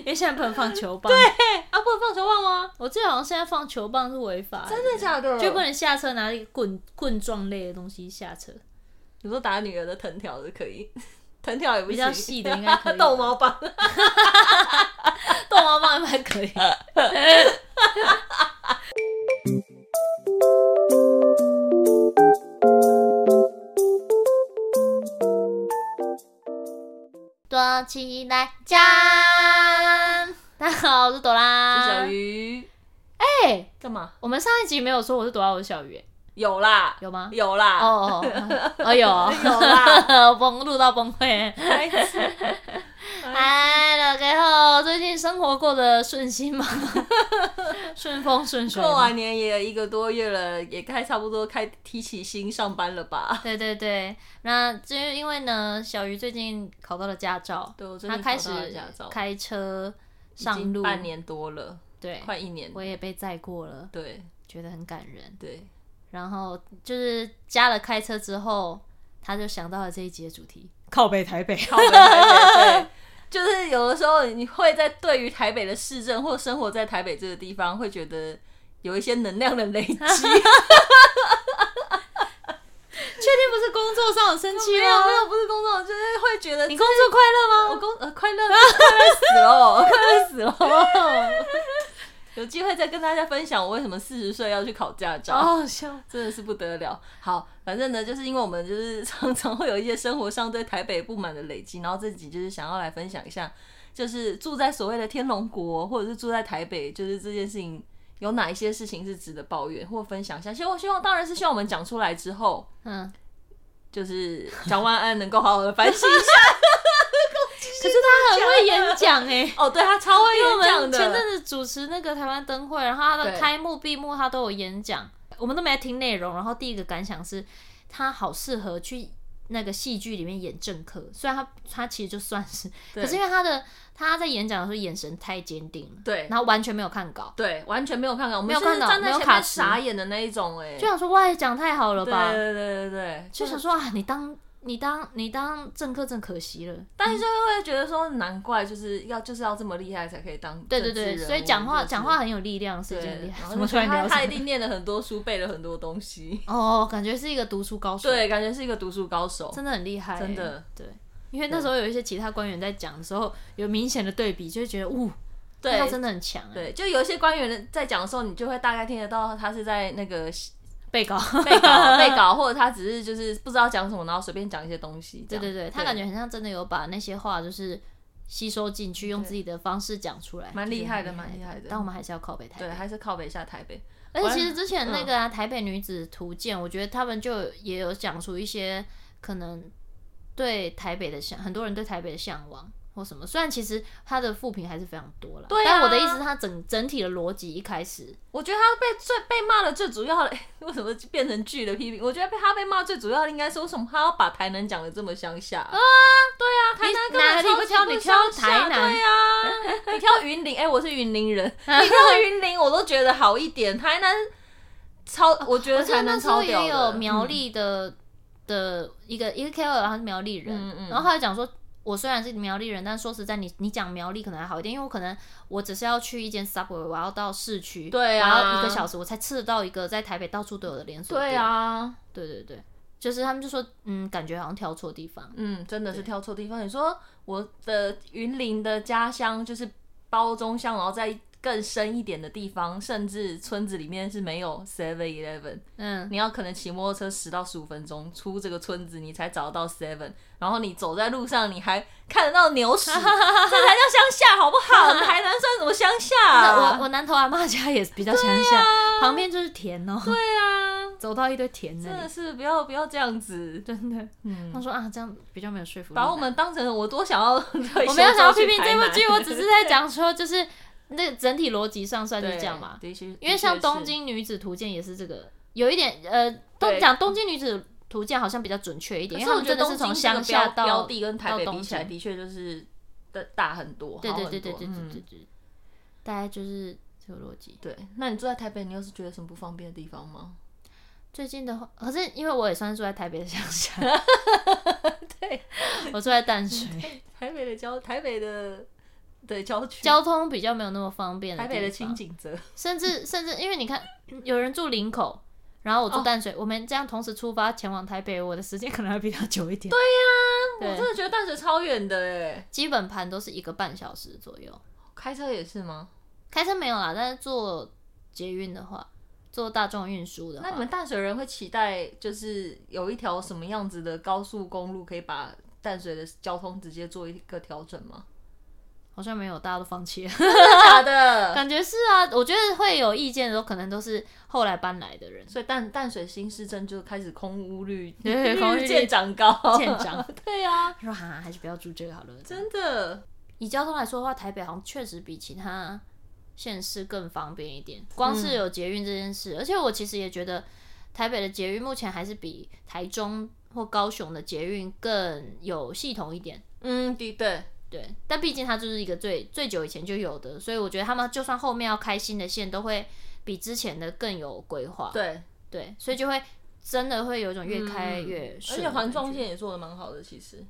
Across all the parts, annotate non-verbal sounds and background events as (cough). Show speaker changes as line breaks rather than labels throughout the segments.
因为现在不能放球棒。对，
啊，不能放球棒吗？
我记得好像现在放球棒是违法的，
真的假的？
就不能下车拿一个棍棍状类的东西下车，
你说打女儿的藤条是可以， (laughs) 藤条也不
比
行，
较细的应该可以吧
(laughs) 逗猫棒。
逗猫棒还可以。躲起来讲，大家好，我是朵
是
拉。
小鱼
哎、
干嘛？
我们上一集没有说我是朵拉，我是小鱼，
有啦，
有
(laughs)
吗？
有啦，
哦哦哦，有哦
(laughs) 有啦
我 (laughs) 崩录到崩溃。
白痴，
嗨，大家好，最近生活过得顺心吗？ (laughs) 顺风顺水吗。
过完年也有一个多月了，也该差不多开提起心上班了吧？
对对对，那就是因为呢，小鱼最近考到了驾照，
对我最
他
近
开
考
始
到了驾照
开车
已
上
经
路，
半年多了，
对，
快一年
我。也被载过了，
对
觉得很感人。
对，
然后就是加了开车之后，他就想到了这一集的主题，靠北台北。
靠北台北对，就是有的时候你会在对于台北的市政或生活在台北这个地方，会觉得有一些能量的累积。
确定不是工作上有生气
没有没
吗？
有，不是工作，就是会觉得
你工作快乐
我
吗？
工呃快乐快乐死了， (laughs) 快乐死
(laughs)
了。有机会再跟大家分享我为什么四十岁要去考驾照。
好好笑。
真的是不得了。好，反正呢，就是因为我们就是 (laughs) 常常会有一些生活上对台北不满的累积，然后这集就是想要来分享一下，就是住在所谓的天龙国，或者是住在台北，就是这件事情有哪一些事情是值得抱怨或分享一下。希望希望当然是希望我们讲出来之后，
嗯，
就是蒋万安能够好好的反省一 (laughs) 下。
可是他很会演讲哎、
哦，对他超
(laughs)
会
因为我
演讲
们
的，
前阵子主持那个台湾灯会，然后他的
对
开幕、闭幕他都有演讲，我们都没来听内容。然后第一个感想是，他好适合去那个戏剧里面演政客，虽然他他其实就算是，
对
可是因为他的他在演讲的时候眼神太坚定了，
对
然后完全没有看稿，
对，完全没有看到，我们
没有
甚
看
至
到
站在
没有
前
卡
面
词
傻眼的那一种、哎，
就想说哇，讲太好了
对
吧，
对对对对，
就想说啊，你当你当你当政客真可惜了。
但是就会觉得说，难怪就是要就是要这么厉害才可以当
对对对，
政治人
所以
物
讲话
就是
讲话很有力量，是一件 (laughs)
对
厉，害。
然
怎
后
么
就
突然
他
聊
他一
上？
定念了很多书，背了很多东
(laughs)
西，
哦，感觉是一个读书高手。
对，感觉是一个读书高手，
真的很厉害、欸
真的。
对，因为那时候有一些其他官员在讲的时候，有明显的对比，就会觉得，呜，
对
他真的很强、欸。，
对，就有一些官员在讲的时候，你就会大概听得到他是在那个 (laughs)
被告，
被
(laughs)
稿被稿，或者他只是就是不知道讲什么，然后随便讲一些东西，这
对
样
对对，他感觉很像真的有把那些话就是吸收进去，用自己的方式讲出来，
蛮厉害的
就是很
蛮厉害的
但我们还是要靠北台
对，
北。
还是靠北下台北，
而且其实之前那
嗯
个啊，台北女子图鉴，我觉得他们就也有讲出一些可能对台北的向，很多人对台北的向往。或什么？虽然其实他的负评还是非常多了，
对啊
但我的意思，他整整体的逻辑一开始
我觉得他被最被骂的最主要的， (laughs) 为什么变成剧的批评？我觉得被他被骂最主要的应该是为什么他要把台南讲的这么乡下啊？对啊，台南根
哪
本
里
超
不
级
挑你挑
乡下
台南
对
(laughs)
啊，你挑云林，哎、我是云林人，你挑云林我都觉得好一点，台南超，我觉
我
得
记得
台
那
南
时
超
候也
屌的嗯
有苗栗的、的一个一个 KOL，他是苗栗人，
嗯嗯
然后他就讲说，我虽然是苗栗人，但说实在你，你讲苗栗可能还好一点，因为我可能我只是要去一间 Subway，我要到市区，
对
我
啊
要一个小时，我才吃得到一个在台北到处都有的连锁店，
对，啊，
对对对，就是他们就说，嗯，感觉好像挑错地方，
嗯，真的是挑错地方。你说我的云林的家乡就是包中乡，然后在更深一点的地方，甚至村子里面是没有 Seven Eleven，
嗯，
你要可能骑摩托车十到十五分钟出这个村子，你才找到 Seven，然后你走在路上，你还看得到
(laughs)
牛屎，这才叫乡下好不好？台南算什么乡下、
那我
啊？
我南投阿妈家也是比较乡下，旁边就是田哦、 (laughs)
对啊，
走到一堆田
真
那
的
里，
是不要不要这样子，
真的，
嗯
他说啊，这样比较没有说服力，
把我们当成我多
(laughs)
想要，我
我没有想要批评这部剧，我只是
(laughs)
在讲说，就是那整体逻辑上算是
对
这样嘛。
的确，
因为像《
的确是
东京女子图鉴》也是这个，有一点呃，都
对
讲《东京女子图鉴》好像比较准确一点，
可
因为
是
他
我
们
觉
真
得
的
东
是从
京
乡
这个
下
标标
到
地跟台
到
北
东
比起来，
京
的确就是的大很多，
对
好
对
很
对对
多
对对对
嗯
对对，大概就是这个逻辑。
对。那你住在台北，你又是觉得什么不方便的地方吗？
最近的话，可是因为我也算是住在台北的乡下， (laughs) 对，我住在淡水，
台北的交，台北的对郊区，
交通比较没有那么方便
台北
的
的
地方
清景泽，
甚至甚至因为你看，有人住林口，然后我
哦
住淡水，我们这样同时出发前往台北，我的时间可能还比他久一点。对，
啊我真的觉得淡水超远的哎，
基本盘都是一个半小时左右。
开车也是吗？
开车没有啦，但是坐捷运的话，坐大众运输的话，
那你们淡水人会期待就是有一条什么样子的高速公路可以把淡水的交通直接做一个调整吗？ (laughs)
好像没有，大家都放弃了。 (laughs)
真的假的？
感觉是啊，我觉得会有意见的都可能都是后来搬来的人。
所以淡淡水新市镇就开始空屋 (laughs) 率，
对空屋率
见长高，
见长
(laughs) 对啊，
他说哈，还是不要住这个好了。
真的。
以交通来说的话，台北好像确实比其他县市更方便一点。光是
嗯
有捷运这件事，而且我其实也觉得台北的捷运目前还是比台中或高雄的捷运更有系统一点。
嗯，的对，
对，但毕竟它就是一个最最久以前就有的，所以我觉得他们就算后面要开新的线，都会比之前的更有规划。
对，
对，所以就会真的会有一种越开越
嗯而
顺、
且环状，线也做的蛮好的，其实。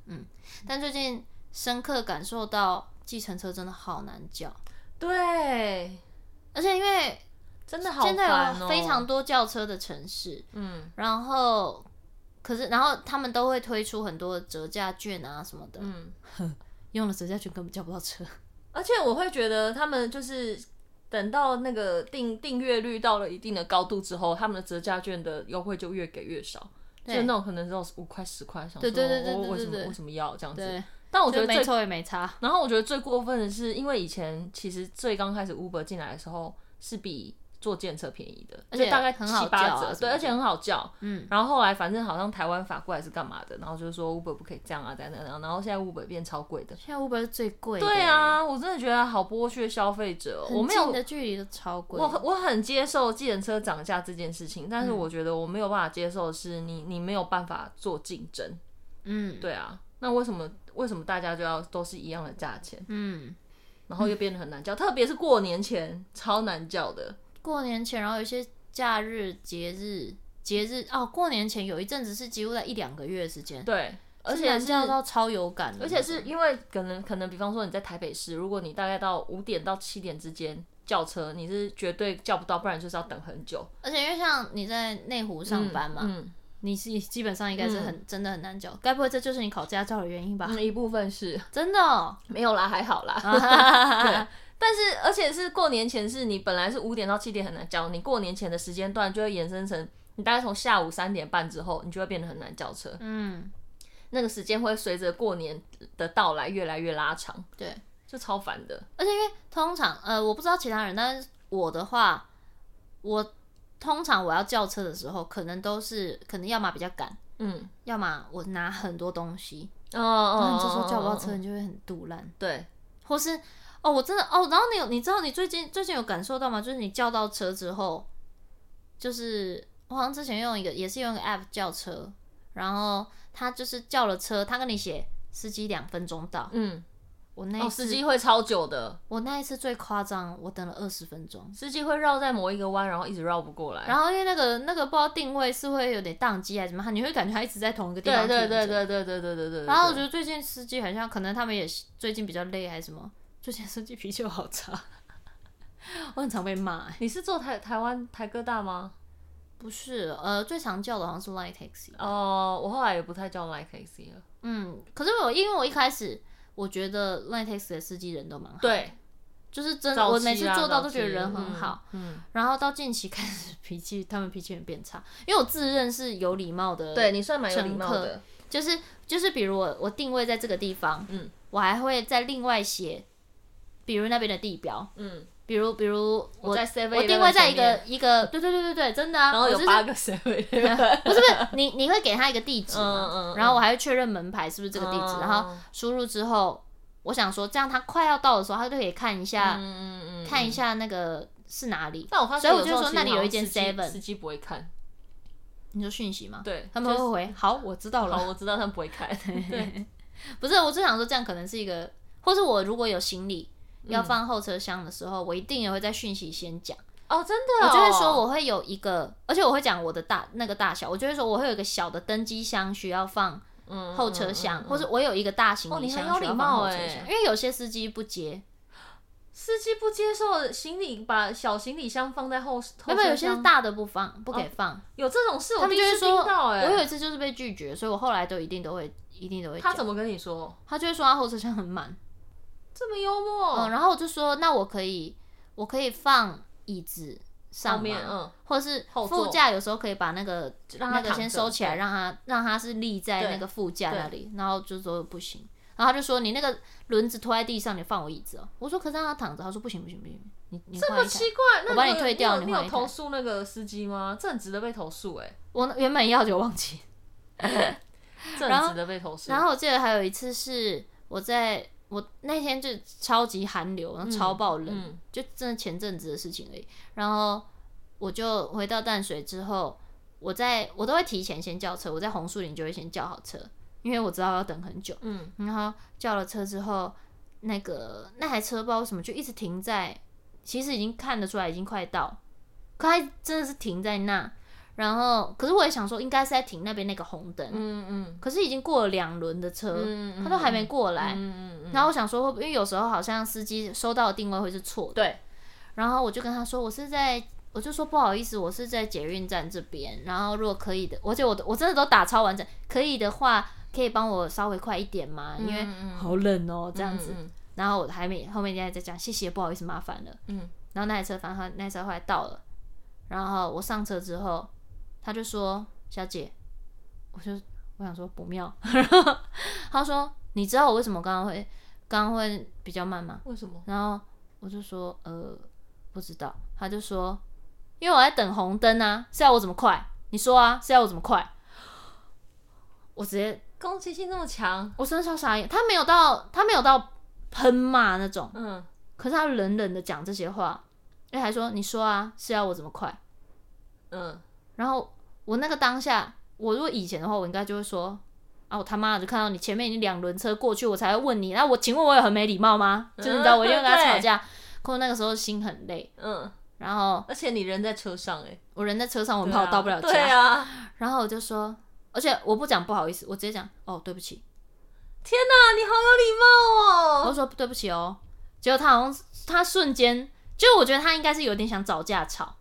但最近深刻感受到计程车真的好难叫，
对，
而且因为
真的好
现在
烦
有
哦。
非常多轿车的城市，
嗯
然后可是然后他们都会推出很多折价券啊什么的，
嗯，
(laughs) 用了折价券根本叫不到车。
而且我会觉得他们就是等到那个订订阅率到了一定的高度之后，他们的折价券的优惠就越给越少。就那种可能只有五块十块，想说
对对对对
我为
对
什
对
么为什么要这样子？
对，
但我
我
觉得
没
最，
错也没差，
然后我觉得最过分的是，因为以前其实最刚开始 Uber 进来的时候是比坐建车便宜的，
而且
就大概
很好
七八
叫啊
折，
什
对，
么
而且很好叫。
嗯，
然后后来反正好像台湾法规还是干嘛的，然后就是说 Uber 不可以这样啊，这样这样这样，然后现在 Uber 变超贵的。
现在 Uber 是最贵的，
对，啊，我真的觉得好剥削消费者哦、我
很
没有
近的距离都超贵，
我我很接受计程车涨价这件事情，但是我觉得我没有办法接受的是你你没有办法做竞争，
嗯
对啊，那为什么为什么大家就要都是一样的价钱，
嗯，
然后又变得很难叫，特别是过年前超难叫的，
过年前，然后有一些假日、节日、节日哦，过年前有一阵子是几乎在一两个月的时间，
对，而且
难
是
叫到超有感的那
而
种，
且是因为可能可能比方说你在台北市，如果你大概到五点到七点之间叫车，你是绝对叫不到，不然就是要等很久
而且因为像你在内湖上班嘛，
嗯，
你是基本上应该是很、真的很难叫，该不会这就是你考驾照的原因
(laughs)
吧？
嗯一部分是啊
真的、 (laughs) 哦，
没有啦，还好啦。对，但是而且是过年前，是你本来是五点到七点很难叫，你过年前的时间段就会延伸成你大概从下午三点半之后，你就会变得很难叫车。
嗯，
那个时间会随着过年的到来越来越拉长，
对。
就超烦的。
而且因为通常呃，我不知道其他人，但是我的话，我通常我要叫车的时候，可能都是可能要么比较赶，
嗯，
要么我拿很多东西，
哦哦，
然后
哦
你这时候叫不到车，
哦
你就会很肚烂，
对，
或是哦，我真的哦，然后你有你知道你最近最近有感受到吗？就是你叫到车之后，就是我好像之前用一个也是用一个 app 叫车，然后他就是叫了车，他跟你写司机两分钟到，
嗯，
我那
哦，
一
司
次、
机会超久的，
我那一次最夸张，我等了二十分钟。
司机会绕在某一个弯，然后一直绕不过来。
然后因为那个那个不知道定位是会有点宕机还是怎么样，你会感觉他一直在同一个地
对
方
对
停着
对对对对对对对。
然后我觉
就
得最近司机好像可能他们也是最近比较累还是什么，最近司机脾气好差， (laughs) 我很常被骂、欸。
你是坐台台湾台哥大吗？
不是，呃，最常叫的好像是 Line Taxi。
哦，我后来也不太叫 Like AC
(laughs)
了。
嗯，可是我因为我一开始我觉得 Line Taxi 的司机人都蛮好，
对，
就是真的，
早
我
期
每次
啦
做到都
早
觉得
期
人很好。
嗯，
然后到近期开始脾气，他们脾气很变差，因为我自认是有礼貌的，
对你算蛮有礼貌
乘
的。
就是就是，比如我我定位在这个地方，
嗯，
我还会再另外写，比如那边的地标，
嗯，
比如比如我
在 7-Eleven
我定位在一
前
个一个，对对对对对，真的啊，
然
我
后
就
有
是
八
(laughs)
个 seven，
不是不是，你你会给他一个地址嘛，
嗯嗯嗯
然后我还会确认门牌是不是这个地址，
嗯
然后输入之后，我想说这样他快要到的时候，他就可以看一下、
嗯嗯。
看一下那个是哪里。
但我发现
所以
有
我
时
就
候
说
其实
那里有一间
好像司机
7-Eleven
司机不
(laughs)
会看。
你说讯息吗？
对
他们
就
会
是
回好，我知道了
哦好，。我知道他们不会看。对，
不是，我就想说这样可能是一个，或是我如果有行李要放后车厢的时候，我一定也会在讯息先讲，
哦，真的
我
哦，
就会说我会有一个，而且我会讲我的大那个大小，我就会说我会有一个小的登机箱需要放
嗯
后车厢，
嗯嗯嗯
或者我有一个大行李箱
哦你很有
需要
礼
放
貌
后车
欸
厢，因为有些司机不接，
司机不接受行李把小行李箱放在后
没
后
有，
车
有些是
厢
大的不放，不给放。
有这种事，
他
我
们
第
就
一
会
次
说，
听到哎、
我有一次就是被拒绝，所以我后来都一定都会，一定都会讲。
他怎么跟你说？
他就会说他后车厢很满，
这么幽默，
嗯，然后我就说那我可以，我可以放椅子上
后面
吗
嗯，
或者是
后座
副驾有时候可以把那个
让他
那个先
躺着
收起来，
对
让他让他是立在
对
那个副驾那里，然后就说不行，然后他就说你那个轮子拖在地上，你放我椅子哦。我说可是让他躺着，他说不行不行不行，你你
这
换
么
一台
奇怪，那
我把你
有
退掉
你有
你换
有
一台
投诉那个司机吗？这很值得被投诉哎、
我原本要就忘记。
(laughs) 这很值得被投诉。
然后我记得还有一次是我在我那天就超级寒流，然后超爆冷，
嗯
就真的前阵子的事情而已。然后我就回到淡水之后，我在我都会提前先叫车，我在红树林就会先叫好车，因为我知道要等很久。
嗯，
然后叫了车之后，那个那台车不知道为什么就一直停在，其实已经看得出来已经快到，可它真的是停在那。然后，可是我也想说，应该是在停那边那个红灯，
嗯嗯
可是已经过了两轮的车，
嗯嗯
他都还没过来。
嗯嗯嗯，
然后我想说，会不会因为有时候好像司机收到的定位会是错的，
对，
然后我就跟他说，我是在，我就说不好意思，我是在捷运站这边。然后如果可以的，而且我我真的都打超完整，可以的话，可以帮我稍微快一点吗？因为
嗯嗯
好冷哦，这样子。
嗯
然后我还没后面人家在讲谢谢，不好意思，麻烦了。
嗯
然后那台车，反正他那台车后来到了，然后我上车之后，他就说：“小姐，我就我想说不妙。” (laughs) 然后他说：“你知道我为什么刚刚会刚刚会比较慢吗
嗯为什么？”？
然后我就说：“呃，不知道。”他就说：“因为我在等红灯啊，是要我怎么快？你说啊，是要我怎么快？”我直接
攻击性这么强，
我真的超傻眼，他没有到他没有到喷骂那种。
嗯，
可是他冷冷的讲这些话，哎，还说你说啊，是要我怎么快？
嗯，
然后我那个当下，我如果以前的话，我应该就会说啊，我他妈的就看到你前面已经两轮车过去，我才会问你，那我请问我有很没礼貌吗？就是你知道，我一定会跟他吵架。可我那个时候心很累，
嗯，
然后
而且你人在车上哎、欸，
我人在车上，我
我
很怕我到不了家，
对啊，
然后我就说，而且我不讲不好意思，我直接讲哦，对不起，
天哪、你好有礼貌
我
哦。
就说对不起哦。结果他好像他瞬间，就我觉得他应该是有点想找架吵，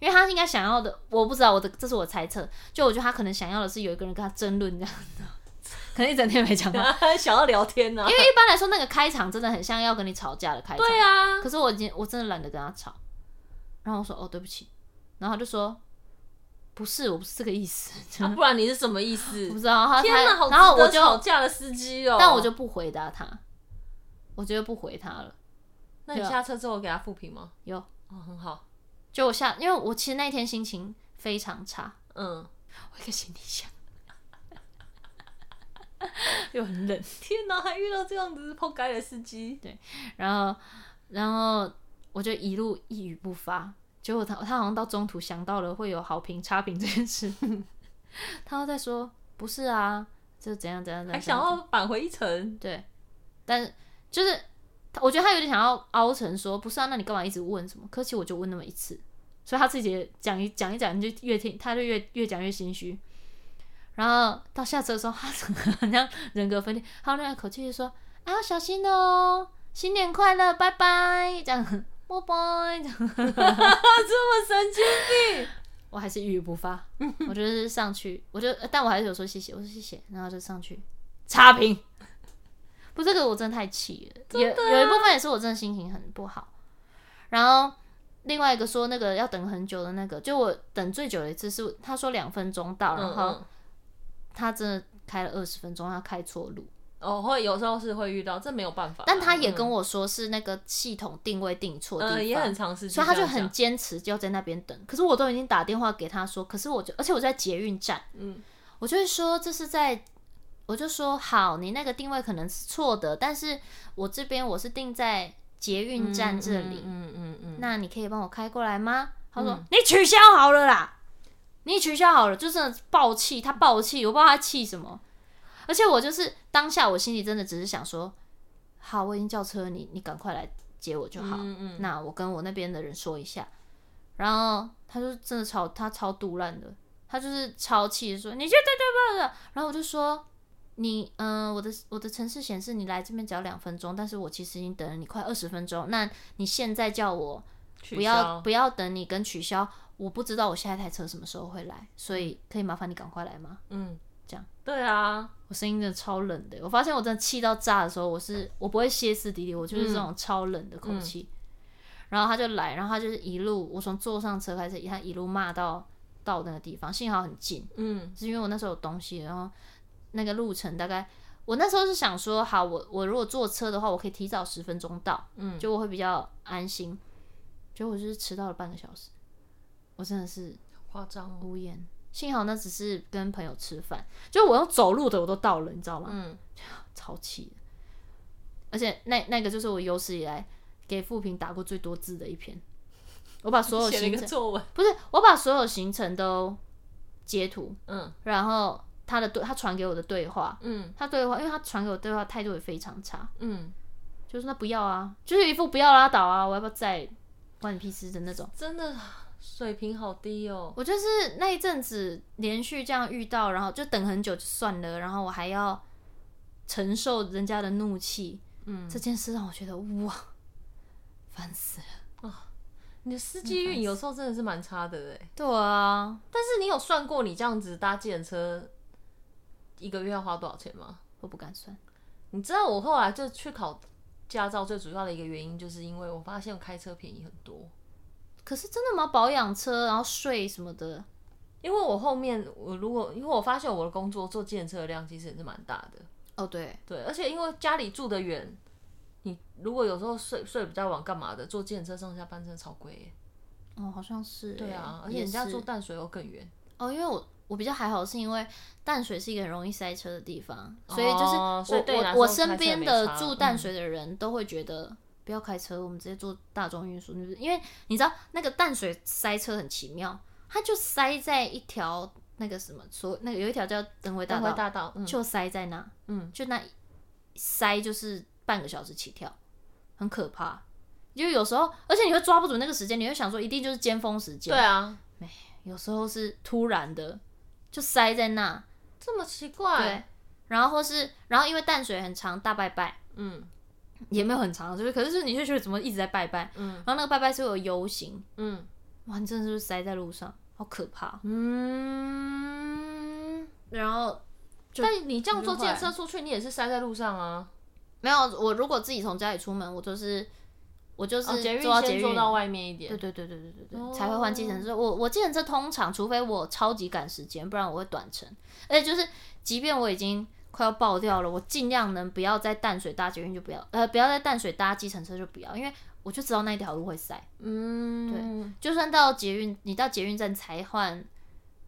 因为他应该想要的，我不知道我的这是我猜测，就我觉得他可能想要的是有一个人跟他争论这样子，可能一整天没讲话。
(laughs) 想要聊天呢、
因为一般来说那个开场真的很像要跟你吵架的开场，
对啊，
可是我已经我真的懒得跟他吵，然后我说哦对不起，然后他就说不是我不是这个意思， (laughs)
啊不然你是什么意思
我？不知道他
天哪，
他
好值
然后我
得
就
吵架的司机哦。
但我就不回答他，我就不回他了。
那你下车之后给他复评吗？
有
哦，很好。
就我下，因为我其实那一天心情非常差，
嗯，
我一个行李箱， (laughs) 又很冷，
天哪，还遇到这样子破街的司机，
然后然后我就一路一语不发。结果他他好像到中途想到了会有好评差评这件事， (laughs) 他又在说不是啊，这怎样怎样怎样，
还想
怎样
要返回一程。
对，但是就是他我觉得他有点想要凹成说不是啊，那你干嘛一直问什么？可其实我就问那么一次，所以他自己也讲一讲一讲，你就越听他就越越讲越心虚。然后到下车的时候，他整个好像人格分裂，他那口气就说：“啊，要小心哦，新年快乐，拜拜。”这样，拜拜。这样，
这么神经病，
我还是一语不发。我就是上去，我就呃但我还是有说谢谢，我说谢谢，然后就上去差评。不，这个我真的太气了，有有一部分也是我真的心情很不好。然后另外一个说那个要等很久的那个，就我等最久的一次是他说两分钟到，然后
嗯
他真的开了二十分钟，他开错路。
哦，会有时候是会遇到，这没有办法。啊
但他也跟
我，
我说是那个系统定位定错地
呃，
方，
也很长时间，
所以他就很，坚持就要在那边等。可是我都已经打电话给他说，可是我就而且我在捷运站，
嗯
我就会说这是在，我就说好，你那个定位可能是错的，但是我这边我是定在捷运站这里，
嗯嗯嗯嗯，
那你可以帮我开过来吗？他说、你取消好了啦，你取消好了，就真的爆气，他爆气，我不知道他气什么。而且我就是当下我心里真的只是想说，好，我已经叫车了，你你赶快来接我就好。
嗯嗯
那我跟我那边的人说一下，然后他就真的超他超毒烂的，他就是超气地说你就对对对对，然后我就说你嗯、呃我的我的城市显示你来这边只要两分钟，但是我其实已经等了你快二十分钟。那你现在叫我不
不
要不要等你跟取消，我不知道我下一台车什么时候会来，所以可以麻烦你赶快来吗？
嗯
这样。
对啊，
我声音真的超冷的，我发现我真的气到炸的时候，我是我不会歇斯底里，我就是这种超冷的口气。然后他就来，然后他就是一路我从坐上车开始，他一路骂到到那个地方，幸好很近，
嗯
是因为我那时候有东西，然后那个路程大概我那时候是想说，好，我我如果坐车的话，我可以提早十分钟到，
嗯，
就我会比较安心。结果我就是迟到了半个小时，我真的是
夸张哦。
无言。幸好那只是跟朋友吃饭，就我用走路的我都到了，你知道吗？
嗯，
超气的。而且那那个就是我有史以来给富平打过最多字的一篇，我把所有
(laughs) 写了一
行
个
程
作文。
不是我把所有行程都截图，
嗯
然后他的对他传给我的对话，
嗯
他对话，因为他传给我对话态度也非常差，
嗯，
就是那不要啊，就是一副不要拉倒啊，我要不要再关你屁事的那种。
真的水平好低哦。
我就是那一阵子连续这样遇到，然后就等很久就算了，然后我还要承受人家的怒气，
嗯，
这件事让我觉得哇，烦死了。
你的司机运有时候真的是蛮差的哎。
对啊，
但是你有算过你这样子搭计程车一个月要花多少钱吗？
我不敢算。
你知道我后来就去考驾照，最主要的一个原因就是因为我发现我开车便宜很多。
可是真的吗？保养车，然后税什么的，
因为我后面我如果因为我发现我的工作做建车的量其实也是蛮大的，
哦对，
对，而且因为家里住得远，你如果有时候睡睡比较晚干嘛的，坐建车上下班真的超贵耶。
哦好像是欸。
对啊，而且
也
人家
是
住淡水又更远，
哦，因为我我比较还好，是因为淡水是一个很容易塞车的地方，
哦
所以就是我
所以对你来
我我
说开车
身
也
边
没
的
差嗯
住淡水的人都会觉得。不要开车，我们直接坐大众运输。就是因为你知道那个淡水塞车很奇妙，它就塞在一条那个什么，所那个有一条叫灯辉大
大
道，
回大道，嗯，
就塞在那，
嗯，
就那塞就是半个小时起跳，很可怕。因为有时候，而且你会抓不准那个时间，你会想说一定就是尖峰时间
对，啊，
有时候是突然的，就塞在那，
这么奇
对
怪，，
然后或是然后因为淡水很长，大拜拜
嗯
也没有很长，就是可是你就觉得怎么一直在拜拜，
嗯
然后那个拜拜是有游行，
嗯
哇，你真的是塞在路上，好可怕。
嗯。
然后
但你这样
你
坐
就
建
会
车出去，你也是塞在路上啊，
没有我如果自己从家里出门，我就是我就是
哦捷运
坐到捷
先
运，
坐到外面一点
对。对对对对对对，
哦
才会换计程车。我我计程车通常，除非我超级赶时间，不然我会短程。而且就是，即便我已经快要爆掉了，我尽量能不要在淡水搭捷运就不要，呃，不要在淡水搭计程车就不要，因为我就知道那一条路会塞。
嗯，对，
就算到捷运，你到捷运站才换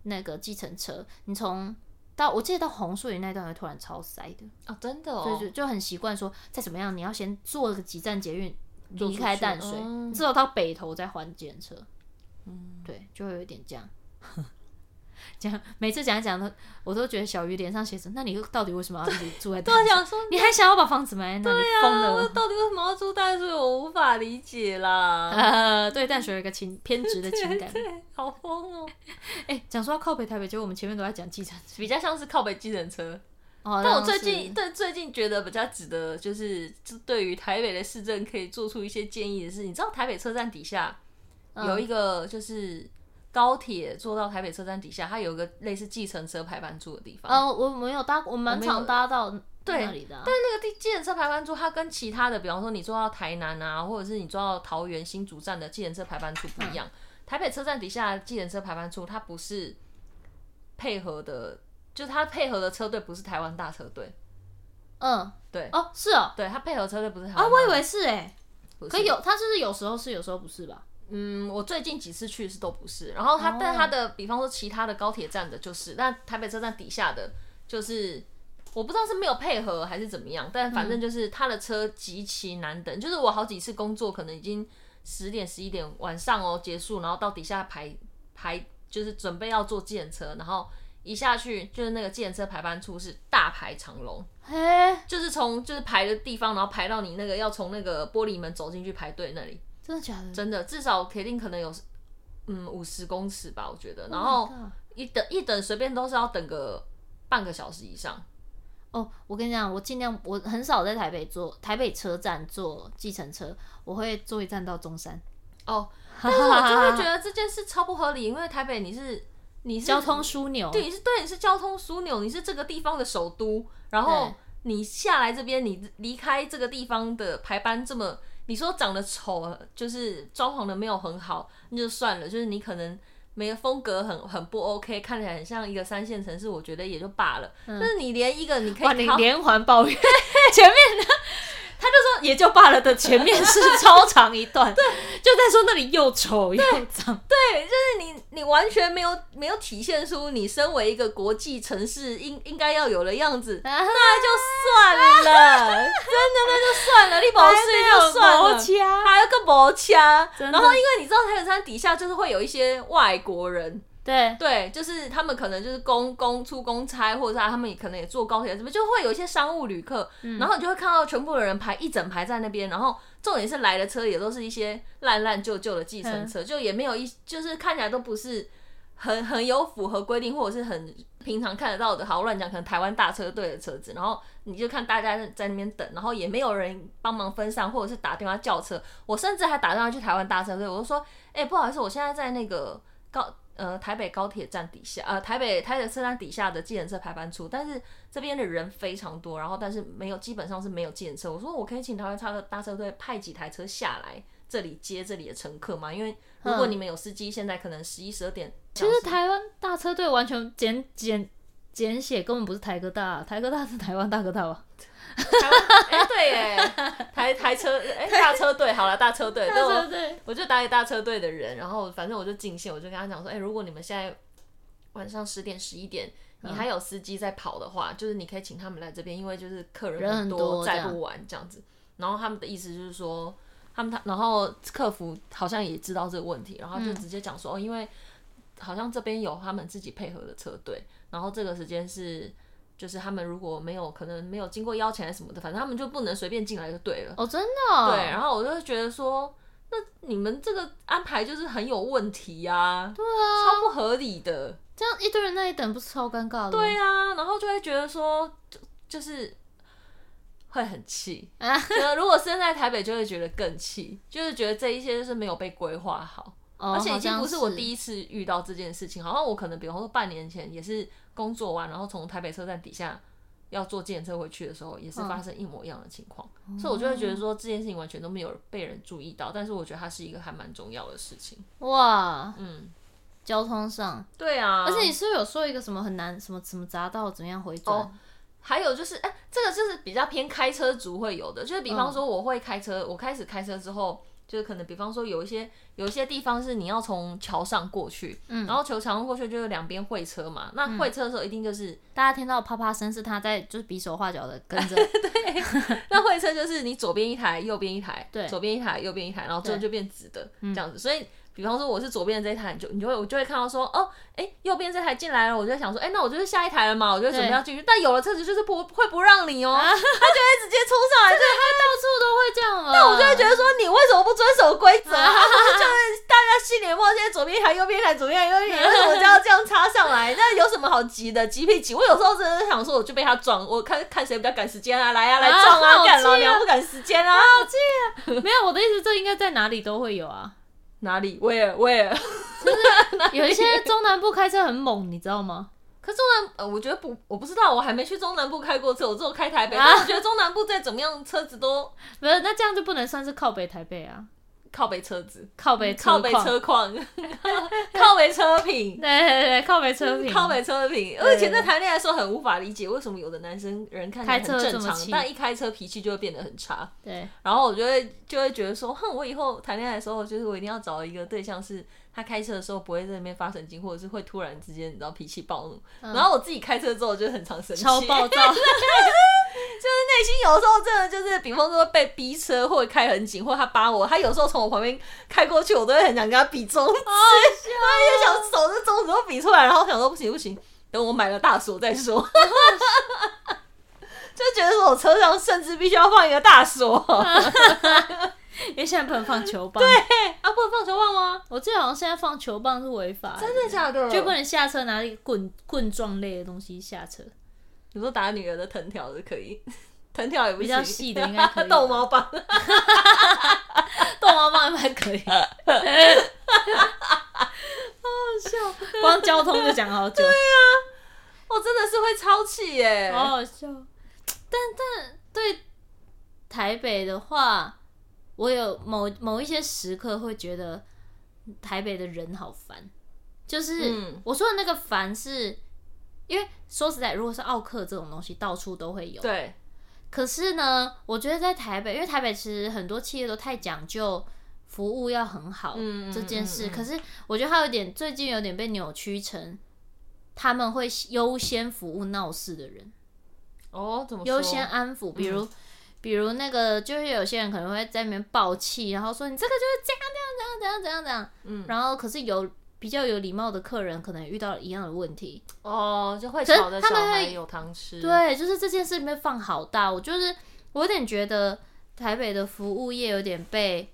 那个计程车，你从到我记得到红树林那段会突然超塞的，
哦，真的
所
哦
以就，就很习惯说，再怎么样你要先坐个几站捷运
坐出
离开
去
淡水，
嗯
只有到北头再还计程车。
嗯，
对，就会有一点这样。 (laughs) 讲每次讲一讲都，我都觉得小鱼脸上写着：“那你到底为什么要一直住在
都 (laughs)
淡水？
想说
你还想要把房子买在那里？疯
我
了 (laughs)
到底为什么要住淡水？我无法理解！”啦。
呃，对淡水有一个情偏执的情感。
(laughs) 对，好疯哦，
哎、讲说要靠北台北，结果我们前面都在讲计程车。
比较像是靠北计程 (laughs) 车。
哦，
但
然后
我最
是
近对最近觉得比较值得，就是就对于台北的市政可以做出一些建议的是，你知道台北车站底下有一个就是高铁坐到台北车站底下，它有一个类似计程车排班处的地方。
呃，我没有搭，我蛮
我没有
常搭到那里的啊、
但是那个地计程车排班处，它跟其他的，比方说你坐到台南啊，或者是你坐到桃园新竹站的计程车排班处不一样。台北车站底下的计程车排班处，它不是配合的，就是它配合的车队不是台湾大车队，
嗯，
对
哦，是哦，
对，它配合车队不是台湾
啊，
大。
我以为是哎、
不是
可有他就是有时候是，有时候不是吧？
嗯，我最近几次去是都不是。然后它，
哦
但它的，比方说其他的高铁站的就是，那台北车站底下的就是。我不知道是没有配合还是怎么样，但反正就是他的车极其难等，就是我好几次工作可能已经十点十一点晚上哦结束，然后到底下排排就是准备要坐计程车，然后一下去就是那个计程车排班处是大排长龙，
嘿，
就是从就是排的地方，然后排到你那个要从那个玻璃门走进去排队那里，
真的假的？
真的，至少铁定可能有嗯五十公尺吧，我觉得。然后
Oh my god (laughs)
一等一等随便都是要等个半个小时以上，
哦，我跟你讲，我尽量我很少在台北坐台北车站坐计程车，我会坐一站到中山。 (laughs)
哦，但是我就会觉得这件事超不合理，因为台北你是你是
交通枢纽，
对，你是对，你是交通枢纽，你是这个地方的首都，然后
对
你下来这边，你离开这个地方的排班这么，你说长得丑，就是装潢的没有很好，那就算了，就是你可能没有风格很很不 OK，看起来很像一个三线城市，我觉得也就罢了，但是你连一个你
嗯
可
哇，
以
你
好
连环抱怨前面的，他就说也就罢了的，前面是超长一
(laughs)
段，对，就在说那里又丑又脏，
对，就是你，你完全没有没有体现出你身为一个国际城市应应该要有的样子， (laughs) 那就算了，真的那就算了，你保
还
税
没
就
有
算
毛
了，
掐，
还有个毛掐。
真的
然后因为你知道台北山底下就是会有一些外国人，
对，
对，就是他们可能就是公公出公差，或者是他们也可能也坐高铁什么，就会有一些商务旅客，
嗯
然后你就会看到全部的人排一整排在那边，然后重点是来的车也都是一些烂烂旧旧的计程
嗯
车，就也没有一就是看起来都不是很很有符合规定或者是很平常看得到的，好乱讲，可能台湾大车队的车子，然后你就看大家在那边等，然后也没有人帮忙分散或者是打电话叫车，我甚至还打电话去台湾大车队，我就说，哎、不好意思，我现在在那个高。呃，台北高铁站底下，呃，台北台北车站底下的计程车排班处，但是这边的人非常多，然后但是没有，基本上是没有计程车。我说我可以请台湾大车大车队派几台车下来这里接这里的乘客吗？因为如果你们有司机，现在可能十一十二点
其实台湾大车队完全简简简写根本不是台科大，台科大是台湾大哥大吧？
台湾，哎、对耶，台台车， (laughs) 哎、大车队，好了，大车队，对，我
队，
我就打给大车队的人，然后反正我就进线，我就跟他讲说，哎、如果你们现在晚上十点十一点，
嗯
你还有司机在跑的话，就是你可以请他们来这边，因为就是客人
人很多
载
这样
不完这样子。然后他们的意思就是说，他们他然后客服好像也知道这个问题，然后
嗯
就直接讲说，哦，因为好像这边有他们自己配合的车队，然后这个时间是。就是他们如果没有可能没有经过邀请还是什么的，反正他们就不能随便进来就对了。
哦，真的、哦，
对，然后我就觉得说，那你们这个安排就是很有问题啊，嗯对啊，超不合理的，
这样一堆人那里等不是超尴尬的？
对，啊，然后就会觉得说，就就是会很气，
啊
就如果身在台北就会觉得更气，就是觉得这一切就是没有被规划好。
哦、
而且已经不
是
是我第一次遇到这件事情，好像我可能比方说半年前也是工作完，然后从台北车站底下要坐计程车回去的时候，也是发生一模一样的情况，所以我就会觉得说这件事情完全都没有被人注意到，但是我觉得它是一个还蛮重要的事情。
哇，
嗯，
交通上，
对啊，
而且你是不是有说一个什么很难什么什么匝道怎么样回转？
哦还有就是，哎、这个就是比较偏开车族会有的，就是比方说我会开车，我开始开车之后，就是可能比方说有一些有一些地方是你要从桥上过去，嗯，然后球场过去就是两边会车嘛，那会车的时候一定就是、
大家听到啪啪声是他在就是比手画脚的跟
(laughs)
着，
那会车就是你左边一台，右边一台，
对
左边一台，右边一台，然后最后
对嗯
就变直的这样子。所以，比方说我是左边的这一台，你就你就会我就会看到说，哦，哎、右边这台进来了，我就会想说，哎、那我就是下一台了嘛，我就会准备
对啊
要进去。但有了车子就是不会不让你哦、他就会直接冲
(laughs)
上来，对，
到处都会这样啊嘛。但
我就会觉得说你为什么不遵守规则
啊
啊？他不是就是大家心里默现在左边一台，右边一台，左边一台，右 (laughs) 边一台，为什么就要这样插上来？那有什么好急的？急屁急！我有时候真的是想说，我就被他撞，我看看谁比较赶时间啊，来啊，来
啊
撞啊，
好
干、
气
老
啊
娘不赶时间啊！
没有我的意思，这应该在哪里都会有
(laughs)
啊。
哪里？Where Where？
有一些中南部开车很猛，你知道吗？
可中南，呃，我觉得不，我不知道，我还没去中南部开过车，我只有开台北。
啊
但我觉得中南部再怎么样，车子都
不是，那这样就不能算是靠北台北啊，
靠北车子，
靠北车
靠北
况
车况， (laughs) 靠北车
对
品，
对对，靠北车啊品，
靠北车品。我以前在谈恋爱的时候很无法理解，为什么有的男生人看起来
开车
很正
这么
常，
气
但一开车脾气就会变得很差。
对，
然后我就会就会觉得说，哼，我以后谈恋爱的时候，就是我一定要找一个对象，是他开车的时候不会在那边发神经，或者是会突然之间你知道脾气暴怒。然后我自己开车之后，我就很常生气，
嗯超
(laughs)
暴躁，
内心有时候真的就是，比方说被逼车或者开很紧，或者他扒我，他有时候从我旁边开过去，我都会很想跟他比中指，也想手这中指都比出来，然后想说不行不行，等我买了大锁再说。 (laughs) 就觉得说我车上甚至必须要放一个大锁，
也现在不能放球棒。对，
啊，不能放球棒吗？
我记得好像现在放球棒是违法的，
真的假
(laughs)
的？
就不能下车拿一个棍棍状类的东西下车。
你说打女儿的藤条是可以， (laughs) 藤条也不
比
行，
较细的应该可以
(laughs) 逗猫棒。
逗猫棒还可以， (laughs) 好好笑，光交通就讲好久，
我哦真的是会超气耶！
好好笑。但但对台北的话，我有某某一些时刻会觉得台北的人好烦，就是、
嗯
我说的那个烦是。因为说实在，如果是奥克这种东西，到处都会有。
对，
可是呢，我觉得在台北，因为台北其实很多企业都太讲究服务要很好
嗯
这件事，
嗯嗯嗯
可是我觉得它有点最近有点被扭曲成他们会优先服务闹事的人，
哦，怎么说嗯
优先安抚，比如。比如那个，就是有些人可能会在里面爆气，然后说你这个就是这样这样这样这样这样这样，
嗯
然后可是有比较有礼貌的客人，可能遇到一样的问题，
哦，就会
可是
吵得
他
小
们
孩
会
有糖吃。，
对，就是这件事里面放好大，我就是我有点觉得台北的服务业有点被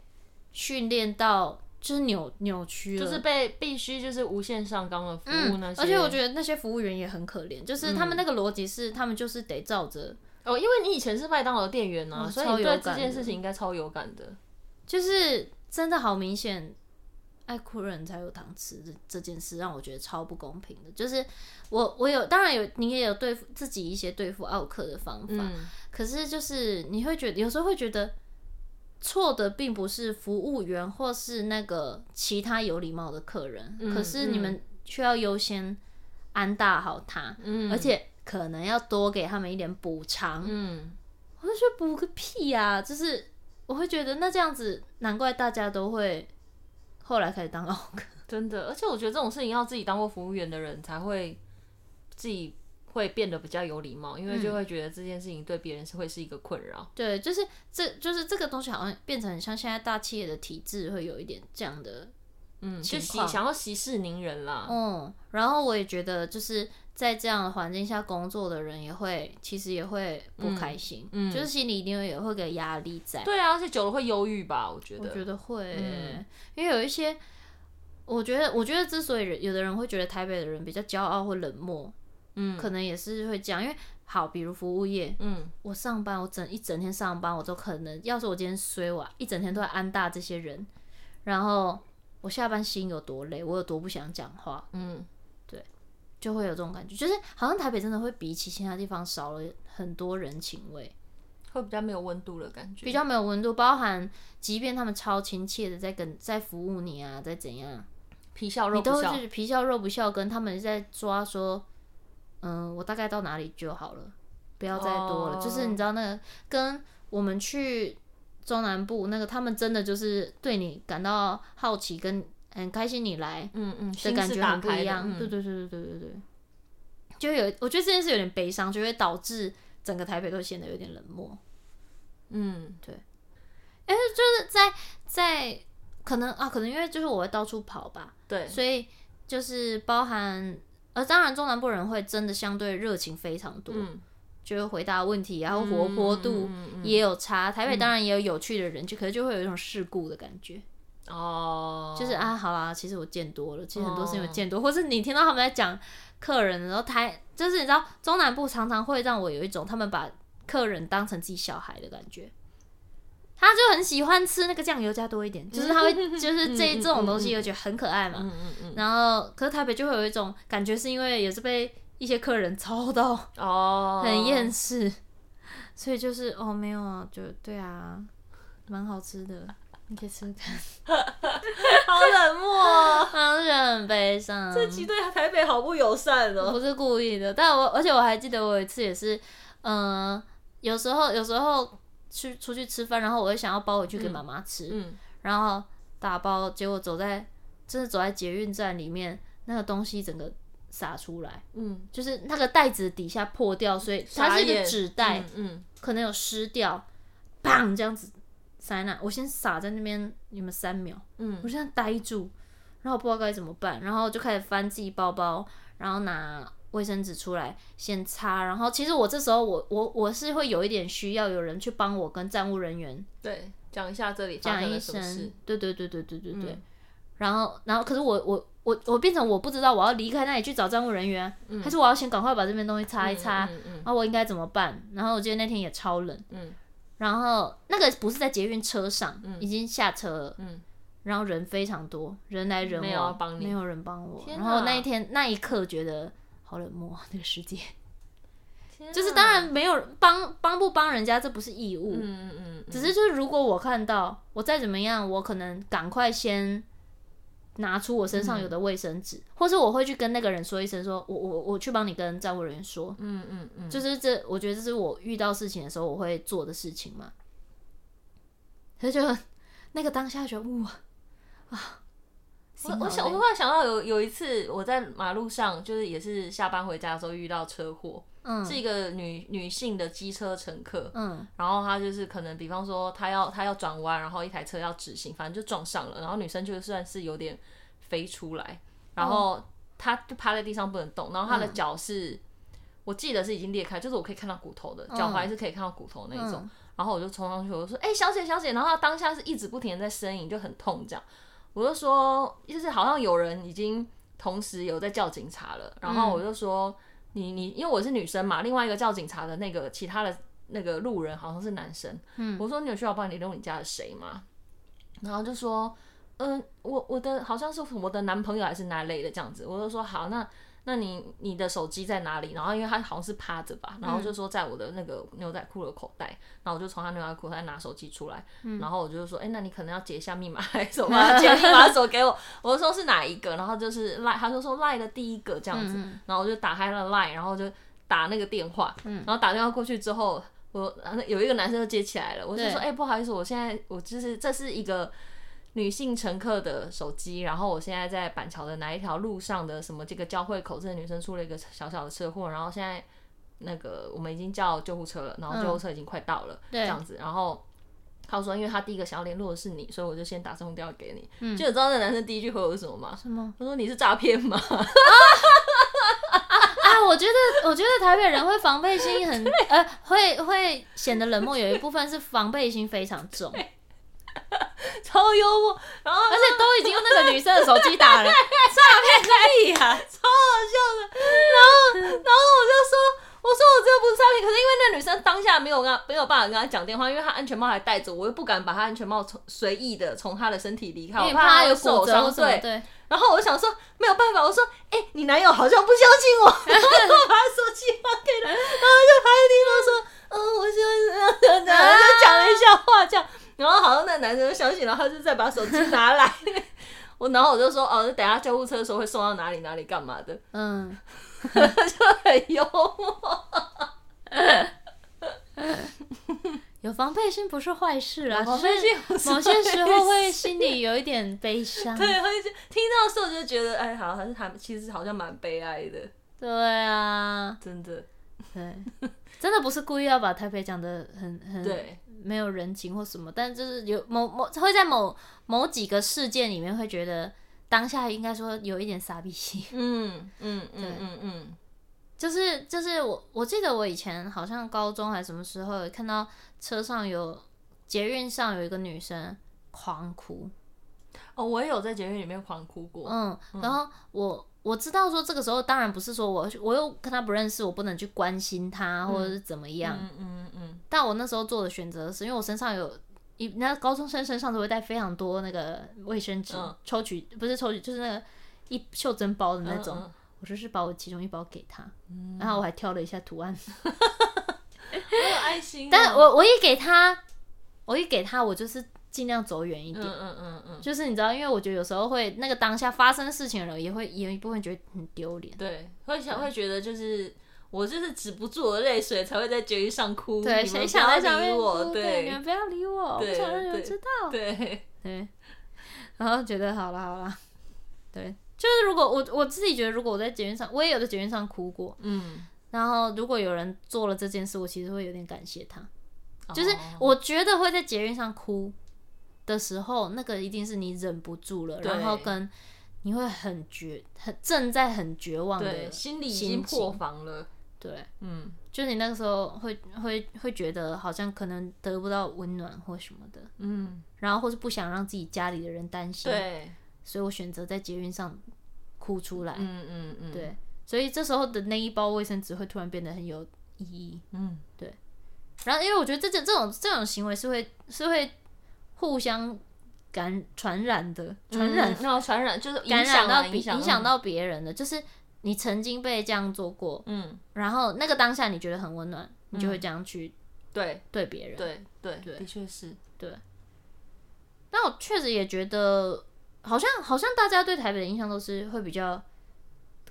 训练到就是扭扭曲了，
就是被必须就是无限上纲的服务那
嗯，
些。嗯
而且我觉得那些服务员也很可怜，就是他们那个逻辑是、他们就是得照着，
哦，因为你以前是麦当劳的店员啊，
嗯
所以
超
你
有
对
感
这件事
的
情应该超有感的。
就是真的好明显。爱哭人才有糖吃，这这件事让我觉得超不公平的。就是我，我有当然有，你也有对付自己一些对付奥克的方法，
嗯，
可是就是你会觉得有时候会觉得错的并不是服务员或是那个其他有礼貌的客人，
嗯
可是你们需要优先安大好他，
嗯
而且可能要多给他们一点补偿。
嗯，
我就觉得补个屁呀、就是我会觉得那这样子，难怪大家都会后来开始当奥客。
真的，而且我觉得这种事情要自己当过服务员的人才会自己会变得比较有礼貌，因为
嗯
就会觉得这件事情对别人是会是一个困扰。
(laughs) 对，就是这就是这个东西，好像变成很像现在大企业的体制会有一点这样的
嗯，就
情
息
况
想要息事宁人啦。
嗯，然后我也觉得，就是在这样的环境下工作的人，也会其实也会不开心，
嗯嗯
就是心里一定会也会给压力在。
对啊，而且久了会忧郁吧？我觉
我
得，
觉得会欸、
嗯
因为有一些，我觉得，我觉得之所以人有的人会觉得台北的人比较骄傲或冷漠，
嗯
可能也是会这样。因为好，比如服务业，
嗯，
我上班，我整一整天上班，我都可能，要是我今天衰我一整天都在安大这些人，然后我下班心有多累，我有多不想讲话，
嗯，
就会有这种感觉，就是好像台北真的会比起其他地方少了很多人情味，
会比较没有温度的感觉。
比较没有温度。包含即便他们超亲切的在跟在服务你啊，在怎样，
皮笑肉
你
不
都
笑，
是皮笑肉不笑，跟他们在抓说，嗯，我大概到哪里就好了，不要再多了。
哦
就是你知道那个跟我们去中南部那个，他们真的就是对你感到好奇，跟很开心你来，
嗯嗯，
的
心
感
是
觉
打
很不
开
一
的
样。
嗯
对对对对对对对，就有我觉得这件事有点悲伤，就会导致整个台北都显得有点冷漠。
嗯，
就是在在可能啊，可能因为就是我会到处跑吧，
对，
所以就是包含呃，当然中南部人会真的相对热情非常多，
嗯，
就是回答问题啊，然后活泼度
嗯嗯嗯
也有差。台北当然也有有趣的人，就可是就会有一种世故的感觉。
哦，
就是啊，好啦，其实我见多了，其实很多事情我
哦
见多，或是你听到他们在讲客人的时候，台就是你知道中南部常常会让我有一种他们把客人当成自己小孩的感觉。他就很喜欢吃那个酱油加多一点，就是
(laughs)
他会就是这
嗯
这
嗯
种东
嗯
西，我觉得很可爱嘛。
嗯嗯嗯，
(laughs) 然后，可是台北就会有一种感觉，是因为也是被一些客人操到
哦，
很厌世，所以就是哦没有啊，就对啊，蛮好吃的，你可以
(laughs)
吃吃看。
好冷漠
(laughs)
哦，
当然很悲伤。
这集对台北好不友善
我
哦。
不是故意的，但我而且我还记得我有一次也是，嗯、有时候有时候去出去吃饭，然后我会想要包回去给妈妈吃，
嗯，
然后打包，结果走在真的走在捷运站里面，那个东西整个洒出来，
嗯，
就是那个袋子底下破掉，所以它是一
傻
个
眼
纸袋，，
嗯，
可能有湿掉，砰这样子塞那，我先撒在那边你们三秒。
嗯
我现在呆住，然后不知道该怎么办，然后就开始翻自己包包，然后拿卫生纸出来先擦，然后其实我这时候我我我是会有一点需要有人去帮我跟站务人员
对，讲一下这里发
讲
生
一
了什么事
声，，对对对对对对对，
嗯
然后然后可是我我我我变成我不知道我要离开那里去找站务人员，啊还是我要先赶快把这边东西擦一擦，
嗯嗯嗯
啊，我应该怎么办？然后我记得那天也超冷，
嗯
然后那个不是在捷运车上，已经下车了，
嗯
然后人非常多，人来人往，
没有人帮你
没有人帮我。
天
然
哪
后那一天那一刻觉得好冷漠，这个世界
天啊
就是当然没有帮帮不帮人家，这不是义务，
嗯嗯嗯，
只是就是如果我看到我再怎么样，我可能赶快先拿出我身上
嗯
有的卫生纸，或是我会去跟那个人说一声，说我我我去帮你跟站务人员说，
嗯嗯嗯，
就是这，我觉得这是我遇到事情的时候我会做的事情嘛。他就那个当下觉得哇啊，
我
心
我
好
想，我
累
突然想到有有一次我在马路上，就是也是下班回家的时候遇到车祸，
嗯
是一个女女性的机车乘客，
嗯
然后她就是可能比方说她要她要转弯，然后一台车要直行，反正就撞上了，然后女生就算是有点飞出来，然后她就趴在地上不能动，然后她的脚是、我记得是已经裂开，就是我可以看到骨头的，脚踝是可以看到骨头那一种，然后我就冲上去，我就说：“哎、小姐，小姐！”然后她当下是一直不停的在呻吟，就很痛这样。我就说，就是好像有人已经同时有在叫警察了，然后我就说：“你你，因为我是女生嘛，另外一个叫警察的那个其他的那个路人好像是男生，嗯，我说你有需要帮你联络你家的谁吗？”然后就说：“嗯，我我的好像是我的男朋友还是哪类的这样子。”我就说：“好，那那你你的手机在哪里？”然后因为他好像是趴着吧，然后就说在我的那个牛仔裤的口袋，然后我就从他牛仔裤口袋拿手机出来，然后我就说：“哎、那你可能要解一下密码还是什么？”他解密码锁给我，我就说是哪一个，然后就是赖，他就说赖的第一个这样子，然后我就打开了赖，然后就打那个电话，
嗯
然后打电话过去之后。我然后有一个男生就接起来了，我就
对
说：“哎、不好意思，我现在我就是这是一个女性乘客的手机，然后我现在在板桥的哪一条路上的什么这个交汇口，这个女生出了一个小小的车祸，然后现在那个我们已经叫救护车了，然后救护车已经快到了，
对
这样子，然后。他说，因为他第一个想要联络的是你，所以我就先打这通电话给你。就你知道那男生第一句回我是什么吗？
什么
他说你是诈骗吗？
啊？我觉得我觉得台北人会防备心很呃，会会显得冷漠，有一部分是防备心非常重，而
超幽默，
(laughs)
然后
且都已经用那个女生的手机打
(laughs)
了，诈骗个屁啊！
超好笑的。然后，然后我就说，我说我这不是诈骗，可是因为那女生当下没有跟她没有办法跟她讲电话，因为她安全帽还戴着，我又不敢把她安全帽从随意的从她的身体离开，
因为
我
你
怕
怕
她
有
会
骨
受
折
伤
或。什么，
对，
对，
然后我想说没有办法，我说哎、你男友好像不相
(laughs)
信我，然后我把他手机还给他，然后就趴在地上说，嗯，我喜欢怎样怎样怎
啊
样，就呃讲了一下话这样，然后好像那男生就相信，然后他就再把手机拿来， (laughs) 我然后我就说哦，等一下救护车的时候会送到哪里哪里干嘛的， (laughs) 哎
嗯，
就很幽默，
有防备心不是坏事啊，
有防
只是
备心不是
某些时候
坏
会心里有一点悲伤。
(laughs) 对，会就听到的时候就觉得哎，好，还是还其实好像蛮悲哀的，
对啊，
真的，
对，真的不是故意要把台北讲的很很
对，
没有人情或什么，但就是有某某会在某某几个事件里面会觉得当下应该说有一点傻逼心，
嗯嗯
对
嗯嗯嗯，
就是就是我我记得我以前好像高中还是什么时候有看到车上有捷运上有一个女生狂哭，
哦，我也有在节目里面狂哭过，
嗯，然后我我知道说这个时候当然不是说我我又跟他不认识，我不能去关心他或者是怎么样。
嗯嗯嗯
但我那时候做的选择是因为我身上有。你那高中生身上都会带非常多那个卫生纸、
嗯
抽取不是抽取，就是那个一袖珍包的那种。
嗯嗯嗯
我就是把我其中一包给他，然后我还挑了一下图案。
好有爱心哦、
但我我一给他，我一给他，我就是尽量走远一点
嗯。嗯嗯嗯，
就是你知道，因为我觉得有时候会那个当下发生事情的人也会有一部分觉得很丢脸。
对，会想会觉得就是我就是止不住我的泪水，才会在决议上哭。
对，
你
谁
们不
想
要
在上
理
面
我？
哭对，你
对
们不要理我，我不
对
想让你们
对
知道。
对，
对，然后觉得好了好了，对，就是如果我我自己觉得，如果我在捷运上，我也有在捷运上哭过。
嗯，
然后如果有人做了这件事，我其实会有点感谢他。就是
哦
我觉得会在捷运上哭的时候，那个一定是你忍不住了，
对
然后跟你会很绝，很正在很绝望
对
的
心里已
心
经
情
破防了。
对。
嗯，
就你那个时候会会会觉得好像可能得不到温暖或什么的，
嗯，
然后或是不想让自己家里的人担心，
对，
所以我选择在捷运上哭出来。
嗯嗯嗯，
对，所以这时候的那一包卫生纸会突然变得很有意义。
嗯，
然后，因为我觉得这种这种这种行为是会是会互相感传染的，传染、
嗯，那传染就是
感
影
染
响
到
啊
别
影响
影响，到别人的，就是你曾经被这样做过，
嗯，
然后那个当下你觉得很温暖，你就会这样去
对
对别人。
对对，
对
的确是，
但我确实也觉得，好像好像大家对台北的印象都是会比较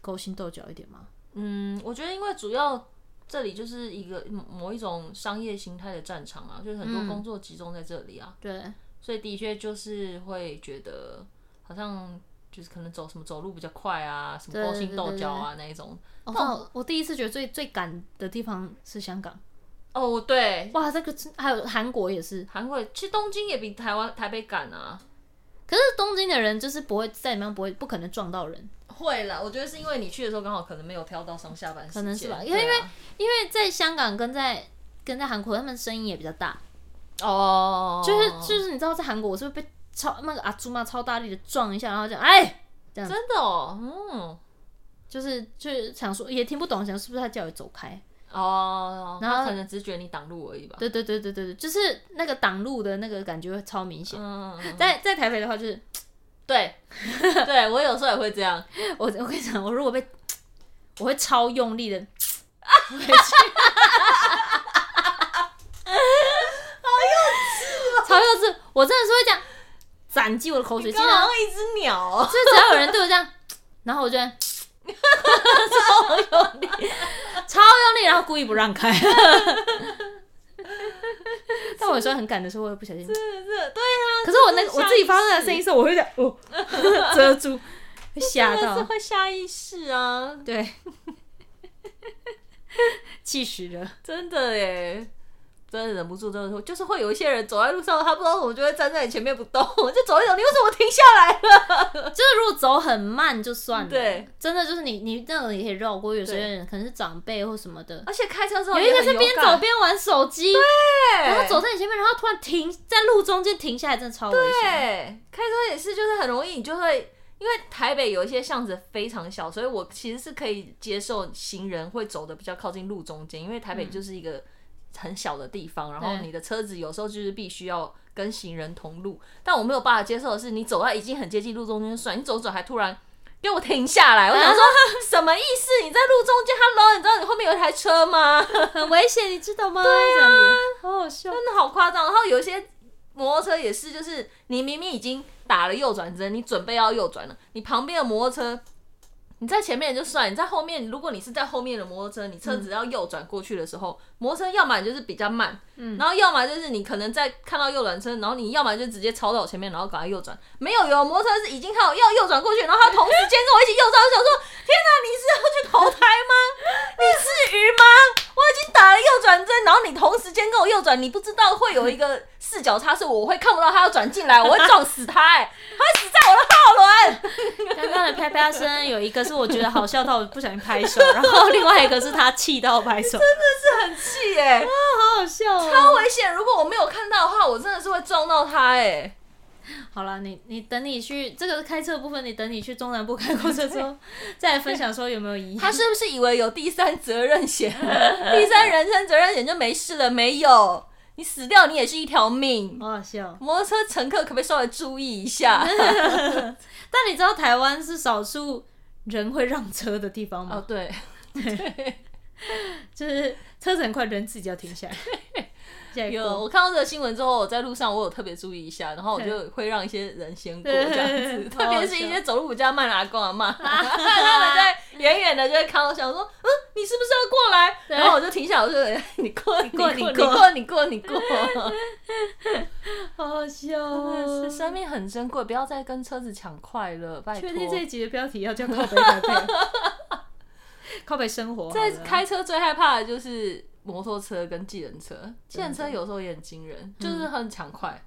勾心斗角一点嘛。
嗯，我觉得因为主要这里就是一个某某一种商业形态的战场啊，就是很多工作集中在这里啊，
对，
所以的确就是会觉得好像就是可能走什么走路比较快啊，什么
对
勾心斗角啊那一种。
哦，我我第一次觉得最最赶的地方是香港，
哦，对，
哇，这个真还有韩国也是，
韩国其实东京也比台湾台北赶啊。
可是东京的人就是不会在里面不会不可能撞到人，
会啦，我觉得是因为你去的时候刚好可能没有挑到上下班时间，
可能是吧
对
因为
啊
因为在香港跟在跟在韩国，他们声音也比较大，
哦，
就是就是你知道在韩国我是会被超那个阿朱妈超大力的撞一下，然后讲哎，
真的哦，嗯，
就是就是想说也听不懂，想是不是他叫我走开？
哦，
然后
他可能只是觉得你挡路而已吧，
对对对对对对，就是那个挡路的那个感觉会超明显。(laughs)
嗯，嗯嗯
在在台北的话，就是
对，对我有时候也会这 (laughs) 样，
我我跟你讲，我如果被我会超用力的啊回去，
哦
好幼稚、 (laughs) 超幼稚！我真的是会这样攒积我的口水，经
刚好
常
像一只鸟
(laughs)
哦，
就只要有人对我这样， (laughs) 然后我就会超用力，超用力，然后故意不让开。但我有时候很赶的时候，我也不小心。
是是，对啊，
可是我那个
真的是
我自己发出来的声音的时候，我会这样 (laughs) 哦，遮住，会吓
真的是
到，
会下意识啊，
对， (laughs) 气死了。
真的耶。真的忍不住，真的会就是会有一些人走在路上，他不知道怎么就会站在你前面不动，我就走一走，你为什么停下来了？
就是如果走很慢就算了，
对，
真的就是你你那种也可以绕过，有些
对
人可能是长辈或什么的，
而且开车之后
有一个
也很
是边
勇敢
走边玩手机，
对，
然后走在你前面，然后突然停在路中间停下来，真的超危险。
对，开车也是，就是很容易，你就会因为台北有一些巷子非常小，所以我其实是可以接受行人会走的比较靠近路中间，因为台北就是一个很小的地方，然后
对
你的车子有时候就是必须要跟行人同路。但我没有办法接受的是，你走到已经很接近路中间就算，你走走还突然。给我停下来！我想说什么意思？你在路中间，Hello，你知道你后面有一台车吗？
很危险，你知道吗？对啊，好好笑。
真的好夸张。然后有一些摩托车也是，就是你明明已经打了右转针，你准备要右转了，你旁边的摩托车，你在前面就算，你在后面，如果你是在后面的摩托车，你车子要右转过去的时候，摩托车要么就是比较慢，
嗯
然后要么就是你可能在看到右转车，然后你要么就直接超到我前面，然后赶快右转。没有，有摩托车是已经看我要右转过去，然后他同时间跟我一起右转，我想说，天哪，你是要去投胎吗？你是鱼吗？我已经打了右转针，然后你同时间跟我右转，你不知道会有一个视角差，是我会看不到他要转进来，我会撞死他、哎，他会死在我的哎后轮。
刚刚的啪啪声有一个是我觉得好笑到我不小心拍手，然后另外一个是他气到拍手，
这很气哎、
好好笑
超
哦。
危险！如果我没有看到的话，我真的是会撞到他哎、
好了，你你等你去这个开车的部分，你等你去中南部开过车之后，
(laughs)
再来分享说有没有遗憾。
他是不是以为有第三责任 (laughs) 险、第三人身责任险就没事了？没有，你死掉你也是一条命。
好好笑。哦
摩托车乘客可不可以稍微注意一下？
但你知道台湾是少数人会让车的地方吗？
(laughs) 哦，对，
就是车子很快，人自己要停
(laughs)
下来。下一
有
个
我看到这个新闻之后，我在路上我有特别注意一下，然后我就会让一些人先过
对
这样子，
好好
特别是
笑
一些走路比较慢的阿公阿 (laughs) 妈，他们在远远的就会看到，想说，嗯，你是不是要过来？
对
然后我就停下来，我就 (laughs) 哎你过，你
过
过，你过，
你过
你过，你过。 (laughs)
好好笑
真
哦
的是！生命很珍贵，不要再跟车子抢快乐，拜托
确。定这一集的标题要叫靠北台
(laughs)
北，靠北生活。
在
好了
开车最害怕的就是摩托车跟计程车，嗯计程车有时候也很惊人，就是很抢快。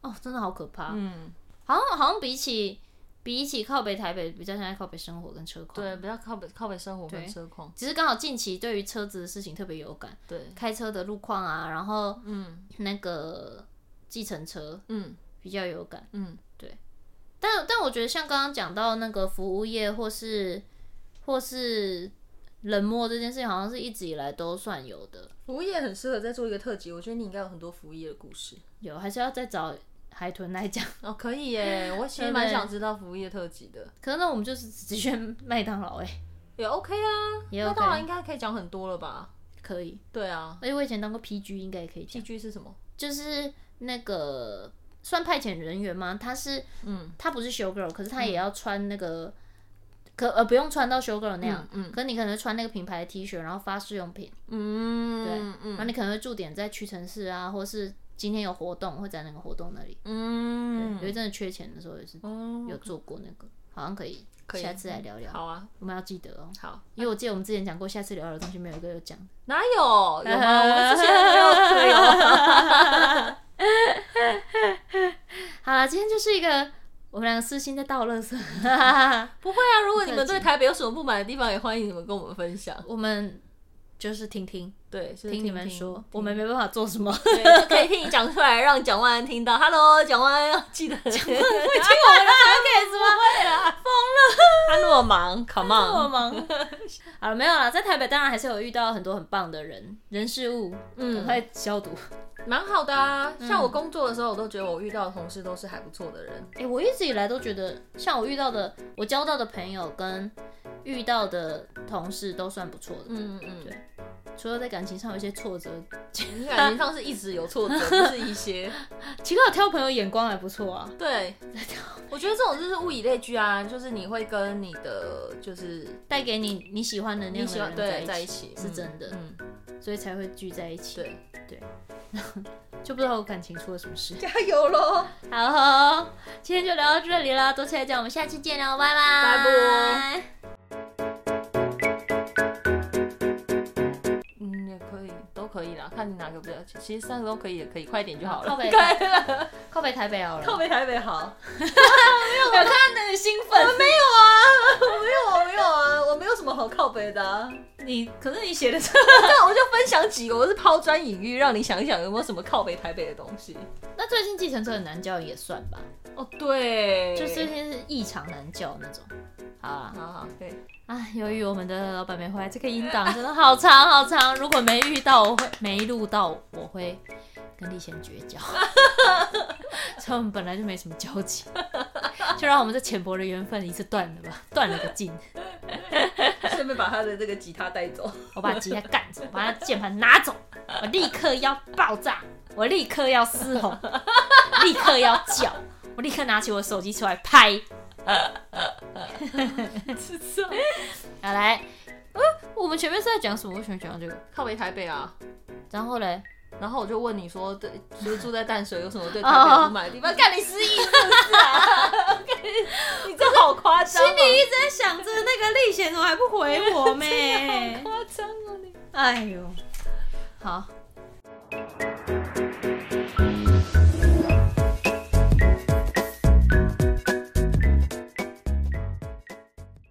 哦，真的好可怕。
嗯，
好像好像比起比起靠北台北，比较像在靠北生活跟车况。，
对，比较靠北靠北生活
对
跟车况，
只是刚好近期对于车子的事情特别有感，
对，
开车的路况啊，然后
嗯
那个计程车
嗯
比较有感。
嗯，
但但我觉得像刚刚讲到那个服务业或是或是冷漠这件事情，好像是一直以来都算有的。
服务业很适合再做一个特辑，我觉得你应该有很多服务业的故事
有还是要再找海豚来讲。
(laughs) 哦，可以耶，我其实蛮想知道服务业特辑的，
可是那我们就是直接麦当劳哎、
也 OK 啊，
也
麦
OK
当劳应该可以讲很多了吧？
可以。
对啊，
而且我以前当过 PG，应该也可以
戏
讲，
剧是什么？
就是那个算派遣人员吗？他是
嗯，
他不是 show girl，可是他也要穿那个。可呃不用穿到 show girl 那样，
嗯嗯
可你可能穿那个品牌的 T 恤，然后发试用品，
嗯，
对，
嗯
然后你可能会驻点在屈臣氏啊，或是今天有活动会在那个活动那里。
嗯，
有一阵子缺钱的时候也是
哦
有做过那个，好像可以，
可以
下次来聊聊。
好啊，
我们要记得哦，
好，
因为我记得我们之前讲过，下次聊聊的东西没有一个有讲的。
哪有有吗？我们之前没有推 (laughs) 哦。
好了，今天就是一个我们两个私心在倒垃圾， (laughs)
不会啊，如果你们对台北有什么不满的地方，也欢迎你们跟我们分享。
我们就是听听
对，就是
听
听
你们说，我
们。
们没办法做什么。 (laughs)
对，就可以听你讲出来，让蒋万安听到。Hello，蒋万安要记得会听我们的 podcast 吗？会啦，疯 (laughs) 了，他那么忙，Come
我 (laughs)
on，
忙。好了，没有啦，在台北当然还是有遇到很多很棒的人、人事物，
嗯
赶快消毒。
蛮好的啊。
嗯
像我工作的时候，我都觉得我遇到的同事都是还不错的人。
哎、我一直以来都觉得，像我遇到的、我交到的朋友跟遇到的同事都算不错的，
嗯嗯嗯，
除了在感情上有一些挫折，
你感情上是一直有
(laughs)
挫折，不是一些。
奇怪，我挑朋友眼光还不错啊。
对，我觉得这种就是物以类聚啊，就是你会跟你的就是
带给你你喜欢的那
你
样
喜
的
欢
人
对
在
在
一
一
起，
起
是真的
嗯，嗯
所以才会聚在一起。
对，
(laughs) 就不知道我感情出了什么事。
加油喽！
好哦，今天就聊到这里了，多期待见，我们下期见喽，拜拜，
拜拜。嗯，也可以，都可以啦，看你哪个比较，其实三个都可以，也可以，快一点就好了。
靠
(laughs)
北
快了，
靠北台北好了，
靠北台北好。
有看到你的兴奋，
没有啊，我没有，我没有啊，我没有什么好靠北的、啊。
你可是你写的是
那我就分享几个，我是抛砖引玉，让你想想有没有什么靠北台北的东西。
那最近计程车很难叫也算吧，
哦，对，
就最近是异常难叫那种。好啊，
好好对，
啊，由于我们的老板没回来，这个音档真的好长好长。如果没遇到，我会没录到，我会跟立贤绝 (laughs) 交。所以我们本来就没什么交集，就让我们这浅薄的缘分一次断了吧，断了个尽。
顺便把他的这个吉他带走。
我把吉他干走，把他键盘拿走，我立刻要爆炸，我立刻要嘶吼，立刻要叫，我立刻拿起我手机出来拍。
是这样，
(laughs) 好来，呃，我们前面是在讲什么？为什么讲到这个？
靠北台北啊。
然后嘞，
然后我就问你说，对，就是住在淡水有什么对台北不满的地方？干你失忆是不是啊？你这好夸张、啊，
一直在想着那个历险怎么还不回我
(laughs) 真的
咩
好夸张啊你！
哎呦，好，